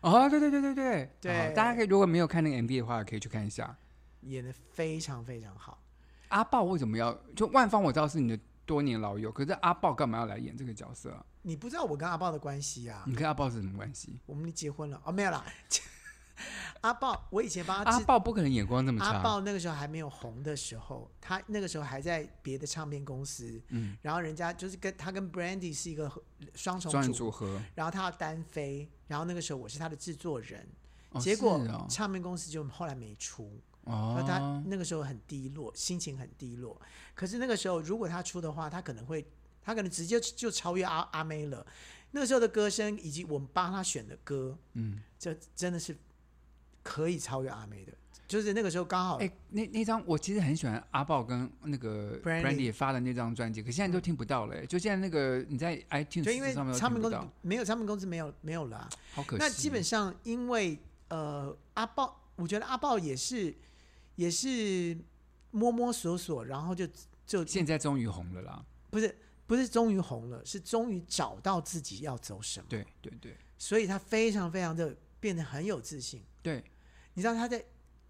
S2: 哦，对对对对对
S1: 对
S2: 好大家可以如果没有看那个 MV 的话，可以去看一下。
S1: 演的非常非常好。
S2: 阿豹为什么要？就万芳我知道是你的多年老友，可是阿豹干嘛要来演这个角色啊、
S1: 你不知道我跟阿豹的关系啊？
S2: 你跟阿豹是什么关系？
S1: 我们结婚了哦，没有啦。 阿豹，我以前帮他
S2: 阿
S1: 制
S2: 豹不可能眼光这么
S1: 啊阿
S2: 差。
S1: 豹那个时候还没有红的时候，他那个时候还在别的唱片公司，
S2: 嗯，
S1: 然后人家就是跟他跟 Brandy 是一个合双重
S2: 专业
S1: 组，
S2: 组合，
S1: 然后他要单飞，然后那个时候我是他的制作人，
S2: 哦
S1: 结果、
S2: 是哦
S1: 唱片公司就后来没出，然
S2: 哦
S1: 后他那个时候很低落，心情很低落。可是那个时候如果他出的话，他可能会，他可能直接就超越阿阿妹了。那个时候的歌声以及我们帮他选的歌，
S2: 嗯，
S1: 这真的是可以超越阿妹的。就是那个时候刚好
S2: 哎、那那张我其实很喜欢阿豹跟那个
S1: Brandy 嗯
S2: Brandy 发的那张专辑，可现在都听不到了、哎就现在那个你在 iTunes
S1: 就因为
S2: 上面都
S1: 唱
S2: 听
S1: 片公
S2: 不到
S1: 司，没有唱片公司没有没有了啊、
S2: 好可惜。
S1: 那基本上因为呃阿豹，我觉得阿豹也是也是摸摸索索，然后就就
S2: 现在终于红了啦。
S1: 不是不是终于红了，是终于找到自己要走什么，
S2: 对对对
S1: 所以他非常非常的变得很有自信。
S2: 对，
S1: 你知道他在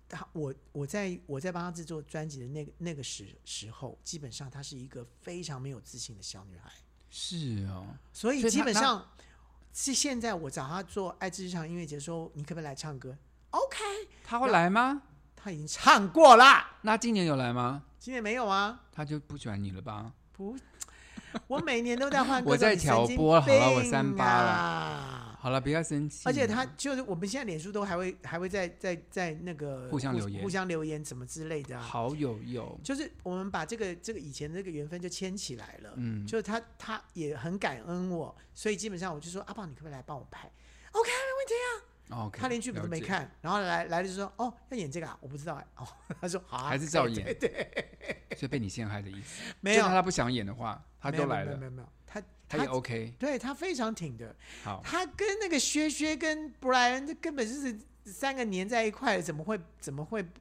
S1: 他我我在我在帮他制作专辑的那个那个时时候，基本上她是一个非常没有自信的小女孩。
S2: 是哦。
S1: 所以
S2: 所以
S1: 基
S2: 他
S1: 本
S2: 他
S1: 上是现在我找他做《爱之日常》音乐节，说你可不可以来唱歌？OK，
S2: 他会来吗？
S1: 他已经唱过啦。
S2: 那今年有来吗？
S1: 今年没有啊？
S2: 他就不喜欢你了吧？
S1: 不，我每年都在换歌手，
S2: 我在
S1: 你神
S2: 挑
S1: 经
S2: 拨好了我
S1: 病
S2: 三八
S1: 啊。
S2: 好了，不要生气。
S1: 而且他就是我们现在脸书都还会还会在在在那个
S2: 互相留言
S1: 互相留言什么之类的、啊。
S2: 好友有，
S1: 就是我们把这个这个以前这个缘分就牵起来了，
S2: 嗯
S1: 就是他他也很感恩我，所以基本上我就说阿宝，你可不可以来帮我拍？OK，没问题啊。
S2: OK，
S1: 他连剧本都没
S2: 了解，
S1: 看，然后来来了就说：“哦，要演这个啊？我不知道哎、哦，他说：“好、啊，
S2: 还是
S1: 可以
S2: 照
S1: 对
S2: 演
S1: 对，
S2: 所以被你陷害的意思。
S1: 没
S2: 就
S1: 有，
S2: 算他不想演的话，他
S1: 没
S2: 都
S1: 有
S2: 来
S1: 没有
S2: 了
S1: 没，有没有，他
S2: 他也 OK。
S1: 对他非常挺的。
S2: 好，
S1: 他跟那个薛薛跟 Brian 这根本就是三个粘在一块了，怎么会怎么会不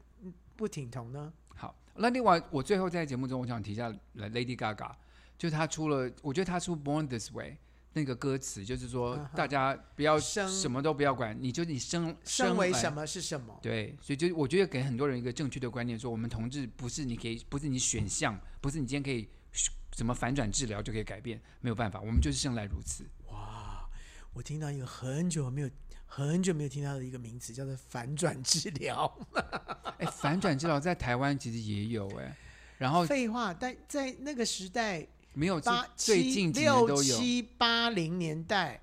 S1: 不挺同呢？
S2: 好。那另外，我最后在节目中，我想提一下来 Lady Gaga，就是她出了，我觉得她出《Born This Way》那个歌词，就是说
S1: 嗯哼
S2: 大家不要
S1: 生
S2: 什么都不要管，你就你生哎
S1: 身为
S2: 来
S1: 什么是什么？
S2: 对，所以就我觉得给很多人一个正确的观念，说我们同志不是你可以，不是你选项，不是你今天可以什么反转治疗就可以改变，没有办法，我们就是生来如此。
S1: 哇，我听到一个很久没有很久没有听到的一个名词，叫做反转治疗。
S2: 哎，反转治疗在台湾其实也有哎、然后
S1: 废话，但在那个时代，
S2: 没有是
S1: 八
S2: 最
S1: 七
S2: 近几年都
S1: 六
S2: 有，
S1: 七八零年代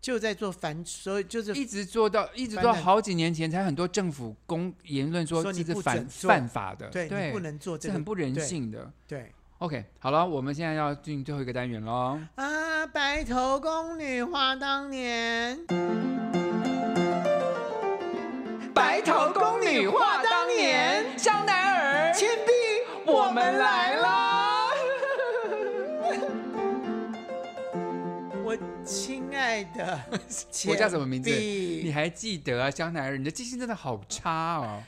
S1: 就在做反，所以就是
S2: 一直做到一直
S1: 反
S2: 到
S1: 转
S2: 好几年前才很多政府公言论说
S1: 说你
S2: 这是
S1: 不
S2: 反
S1: 准做
S2: 犯法的，
S1: 对你不能做这
S2: 这
S1: 个，
S2: 很不人
S1: 对。
S2: 性的。
S1: 对
S2: OK，好了，我们现在要进最后一个单元喽。
S1: 啊，白头宫女话当年，
S2: 白
S1: 头宫女话当年，
S2: 香奈儿
S1: 倩碧，我们来了。
S2: 啦！
S1: 我亲爱的倩碧，
S2: 我叫什么名字？你还记得啊，香奈儿？你的记性真的好差哦，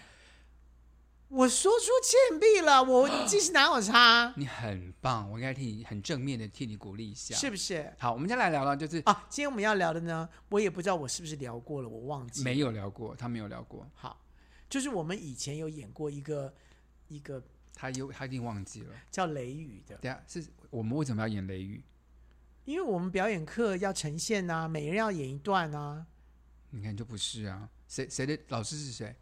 S1: 我说出倩碧了，我记性哪有差？
S2: 你很棒，我应该替你很正面的替你鼓励一下。
S1: 是不是？
S2: 好，我们先来聊聊，就是
S1: 啊，今天我们要聊的呢，我也不知道我是不是聊过了，我忘记了。
S2: 没有聊过，他没有聊过，
S1: 好，就是我们以前有演过一个一个
S2: 他有他一定忘记了。
S1: 叫雷雨的，
S2: 等一下是我们为什么要演雷雨？
S1: 因为我们表演课要呈现呐、每人要演一段啊。
S2: 你看就不是啊，谁谁的老师是谁？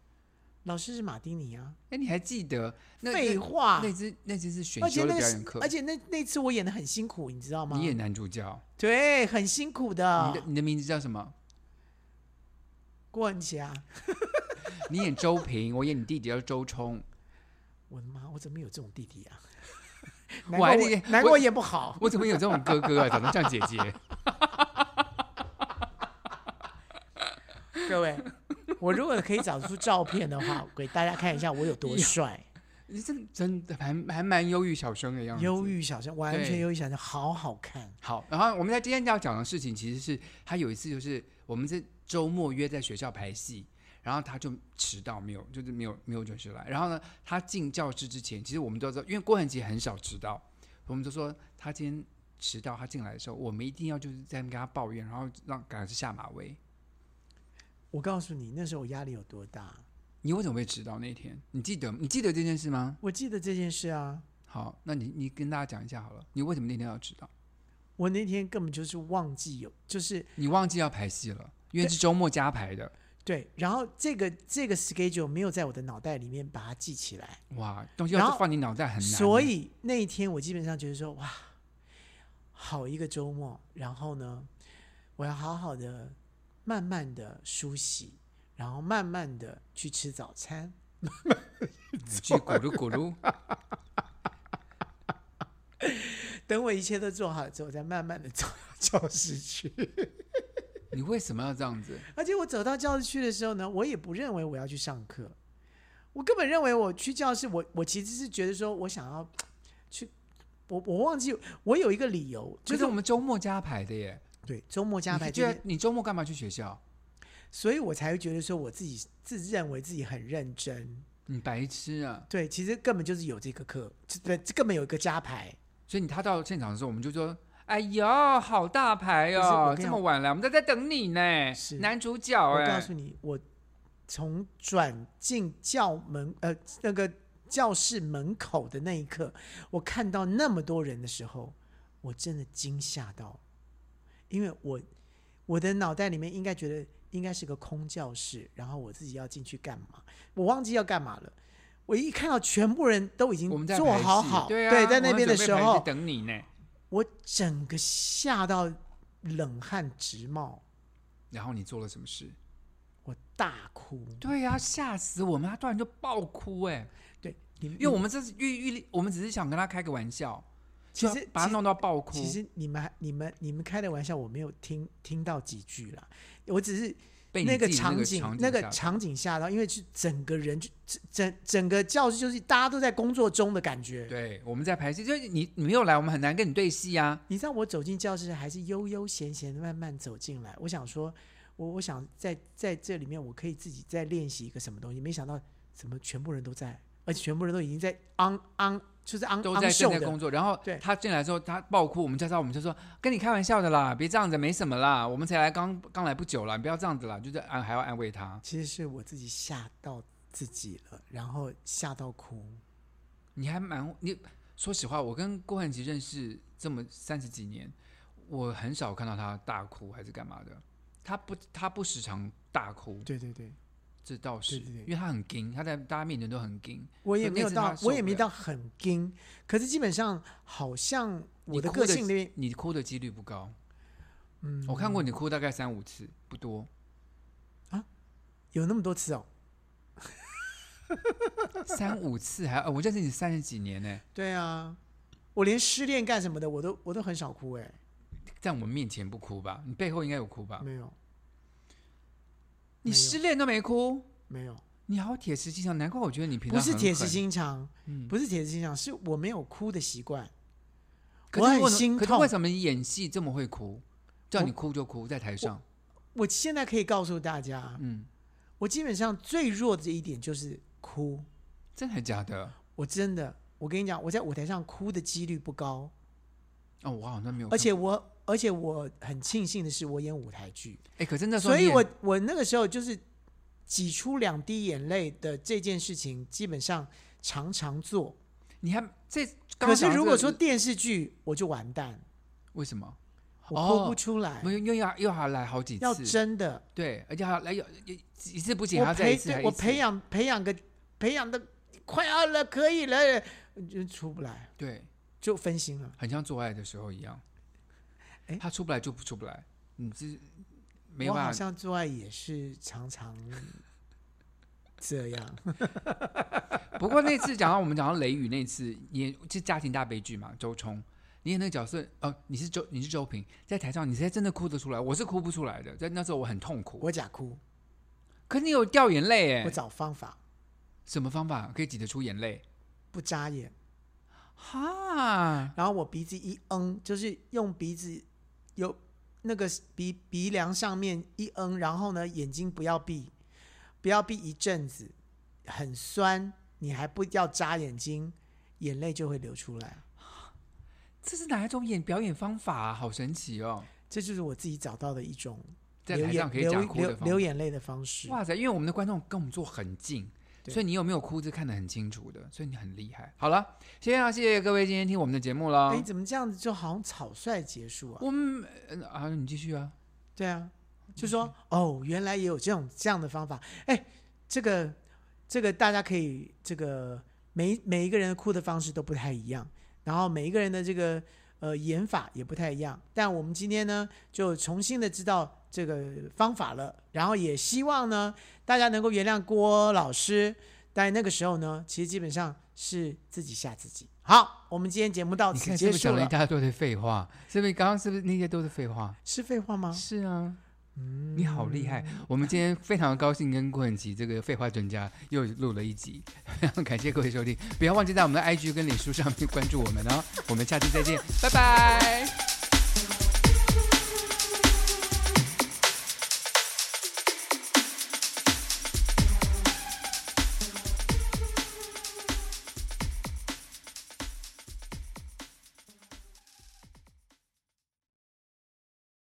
S1: 老师是马丁尼啊，
S2: 哎，你还记得？那那
S1: 废话
S2: 那次那次是选
S1: 而且
S2: 修的
S1: 那个
S2: 表
S1: 是
S2: 演课，
S1: 而且那那次我演的很辛苦，你知道吗？
S2: 你演男主角，
S1: 对，很辛苦
S2: 你
S1: 的
S2: 的。你的名字叫什么？
S1: 郭文琪啊，
S2: 你演周平，我演你弟弟叫周冲。
S1: 我的妈，我怎么有这种弟弟啊？
S2: 我
S1: 难怪
S2: 还以为
S1: 我难怪我演不好。
S2: 我怎么有这种哥哥啊？长得像姐姐。
S1: 各 位，我如果可以找出照片的话，给大家看一下我有多帅。
S2: 你这个真的还还蛮忧郁小生的样子。
S1: 忧。郁小生，完全
S2: 对
S1: 忧郁小生，好好看。
S2: 好，然后我们在今天要讲的事情，其实是他有一次就是我们这周末约在学校排戏，然后他就迟到，没有就是没有没有准时来。然后呢，他进教室之前，其实我们都知道，因为郭恒杰很少迟到，我们就说他今天迟到，他进来的时候，我们一定要就是在那边跟他抱怨，然后让赶快是下马威。
S1: 我告诉你，那时候我压力有多大。
S2: 你为什么会迟到那天？你记得你记得这件事吗？
S1: 我记得这件事啊，
S2: 好，那你你跟大家讲一下好了，你为什么那天要迟到？
S1: 我那天根本就是忘记有，就是
S2: 你忘记要排戏了，因为是周末加排的。
S1: 对，然后这个这个 schedule 没有在我的脑袋里面把它记起来，
S2: 哇，东西
S1: 然
S2: 要
S1: 后
S2: 放你脑袋很难欸。
S1: 所以那一天我基本上觉得说，哇，好一个周末，然后呢，我要好好的、慢慢的梳洗，然后慢慢的去吃早餐。
S2: 去咕噜咕噜，
S1: 等我一切都做好了之后，我再慢慢的走到教室去。
S2: 你为什么要这样子？
S1: 而且我走到教室去的时候呢，我也不认为我要去上课，我根本认为我去教室，我我其实是觉得说我想要去，我我忘记我有一个理由，就
S2: 就
S1: 是是
S2: 我们周末加排的耶，
S1: 对周末加排
S2: 你居然
S1: 这些，
S2: 你周末干嘛去学校？
S1: 所以我才会觉得说我自己自认为自己很认真，
S2: 你白痴啊！
S1: 对，其实根本就是有这个课，这这这根本有一个加排，
S2: 所以你他到现场的时候，我们就说。哎呦，好大牌
S1: 不是我
S2: 哦！
S1: 跟你
S2: 这
S1: 讲
S2: 么晚了，我们在在等你呢。
S1: 是
S2: 男主角
S1: 我告
S2: 哎，
S1: 诉你，我从转进教门呃那个教室门口的那一刻，我看到那么多人的时候，我真的惊吓到，因为我我的脑袋里面应该觉得应该是个空教室，然后我自己要进去干嘛？我忘记要干嘛了。我一看到全部人都已经
S2: 我们在
S1: 做
S2: 排戏
S1: 好好，
S2: 对啊，
S1: 在那
S2: 我们
S1: 边的
S2: 准
S1: 时
S2: 备排戏
S1: 候，
S2: 等你呢。
S1: 我整个吓到冷汗直冒，
S2: 然后你做了什么事？
S1: 我大哭。
S2: 对呀、吓死我们！他突然就爆哭哎，
S1: 对，因
S2: 因为我们这是预预，我们只是想跟他开个玩笑，
S1: 其
S2: 就
S1: 实
S2: 把他弄到爆哭。
S1: 其实你们还你们你们开的玩笑我没有听听到几句啦，我只是
S2: 被你
S1: 那个
S2: 自己
S1: 场
S2: 景
S1: 景那
S2: 那
S1: 个场景吓到，因为是整个人就整整整个教室就是大家都在工作中的感觉。
S2: 对，我们在排戏，就是你你没有来，我们很难跟你对戏啊。
S1: 你知道我走进教室还是悠悠闲闲的慢慢走进来，我想说，我我想在在这里面我可以自己再练习一个什么东西，没想到怎么全部人都在，而且全部人都已经在 on on 就是 on
S2: 都
S1: on
S2: 在正
S1: show 嗯
S2: 在
S1: 的
S2: 工，作，然后
S1: 对
S2: 他进来之后，他爆哭，我们才知道，我们就说跟你开玩笑的啦，别这样子，没什么啦，我们才来刚刚来不久啦，你不要这样子啦，就是安还要安慰他。
S1: 其实是我自己吓到自己了，然后吓到哭。
S2: 你还蛮你说实话，我跟郭汉吉认识这么三十几年，我很少看到他大哭还是干嘛的，他不他不时常大哭，
S1: 对对对，
S2: 这倒是，
S1: 对对对
S2: 因为他很惊，他在大家面前都很惊。
S1: 我
S2: 所
S1: 也
S2: 以
S1: 没有
S2: 那次他
S1: 到，
S2: 受
S1: 我也
S2: 不
S1: 没
S2: 了
S1: 到很惊，可是基本上好像我
S2: 你
S1: 的
S2: 哭
S1: 个性里面，
S2: 你哭的几率不高。
S1: 嗯，
S2: 我看过你哭大概三五次，不多。
S1: 有那么多次哦。
S2: 三五次还、呃我认识你三十几年呢、
S1: 对啊，我连失恋干什么的，我都我都很少哭哎、
S2: 在我们面前不哭吧？你背后应该有哭吧？
S1: 没有
S2: 你失恋都没哭，
S1: 没有，
S2: 你好铁石心肠，难怪我觉得你平
S1: 不
S2: 常
S1: 是
S2: 很
S1: 铁石
S2: 狠。
S1: 心肠，
S2: 嗯
S1: 不是铁石心肠，是我没有哭的习惯。
S2: 可
S1: 我
S2: 是
S1: 很
S2: 为什么
S1: 心
S2: 可是
S1: 痛
S2: 为什么演戏这么会哭？叫你哭就哭，在台上，
S1: 我现在可以告诉大家，
S2: 嗯，
S1: 我基本上最弱的一点就是哭。
S2: 真的假的？
S1: 我真的，我跟你讲，我在舞台上哭的几率不高，
S2: 哦，我好像没有看过。
S1: 而且我而且我很庆幸的是，我演舞台剧。
S2: 哎，可是那时候
S1: 所
S2: 你
S1: 以
S2: 演
S1: 我我那个时候就是挤出两滴眼泪的这件事情，基本上常常做。
S2: 你还这，刚
S1: 可
S2: 刚
S1: 是
S2: 讲到
S1: 如
S2: 这
S1: 果
S2: 个
S1: 说电视剧，我就完蛋。
S2: 为什么？
S1: 我哭
S2: 哦
S1: 不出来，
S2: 没有，又要又要来好几次，
S1: 要真的，
S2: 对，而且还要哎来有有一次不行，
S1: 我
S2: 还要再一
S1: 培
S2: 次，还
S1: 我
S2: 一次
S1: 培养培养个培养的快要了，可以了，就出不来，
S2: 对，
S1: 就分心了。
S2: 很像做爱的时候一样，
S1: 哎
S2: 他出不来就不出不来，你这没有
S1: 我好
S2: 办法，
S1: 像做爱也是常常 这样，
S2: 不过那次讲到我们讲到雷雨那次，也是家庭大悲剧嘛，周冲。你演那个角色，哦，你是周，你是周平，在台上你才真的哭得出来，我是哭不出来的，在那时候我很痛苦，
S1: 我假哭，
S2: 可你有掉眼泪
S1: 我
S2: 哎，
S1: 找方法
S2: 什么方法可以挤得出眼泪？
S1: 不眨眼，
S2: 哈，
S1: 然后我鼻子一嗯，就是用鼻子有那个鼻鼻梁上面一嗯，然后呢眼睛不要闭，不要闭一阵子，很酸，你还不要眨眼睛，眼泪就会流出来。
S2: 这是哪一种演表演方法啊？好神奇哦！
S1: 这就是我自己找到的一种
S2: 在
S1: 流
S2: 台上
S1: 眼
S2: 可以讲
S1: 流
S2: 哭的
S1: 流
S2: 方
S1: 流
S2: 法。
S1: 眼泪的方式。
S2: 哇塞，因为我们的观众跟我们坐很近，
S1: 对
S2: 所以你有没有哭是看得很清楚的，所以你很厉害。好了，先要谢谢各位今天听我们的节目了
S1: 哎，。怎么这样子就好像草率结束啊？
S2: 我们呃啊，你继续啊。
S1: 对啊，
S2: 嗯
S1: 就说哦，原来也有这种这样的方法。哎，这个这个大家可以这个每每一个人哭的方式都不太一样，然后每一个人的这个呃演法也不太一样。但我们今天呢，就重新的知道这个方法了，然后也希望呢大家能够原谅郭老师。但那个时候呢，其实基本上是自己吓自己。好，我们今天节目到
S2: 你
S1: 此
S2: 看是
S1: 结
S2: 不是
S1: 束
S2: 讲了一
S1: 了，
S2: 大堆的废话？是不是刚刚是不是那些都是废话？
S1: 是废话吗？
S2: 是啊。
S1: 嗯
S2: 你好厉害！我们今天非常高兴跟郭永琪这个废话专家又录了一集， 非常感谢各位收听，不要忘记在我们的 IG 跟脸书上面关注我们哦。我们下期再见，拜拜。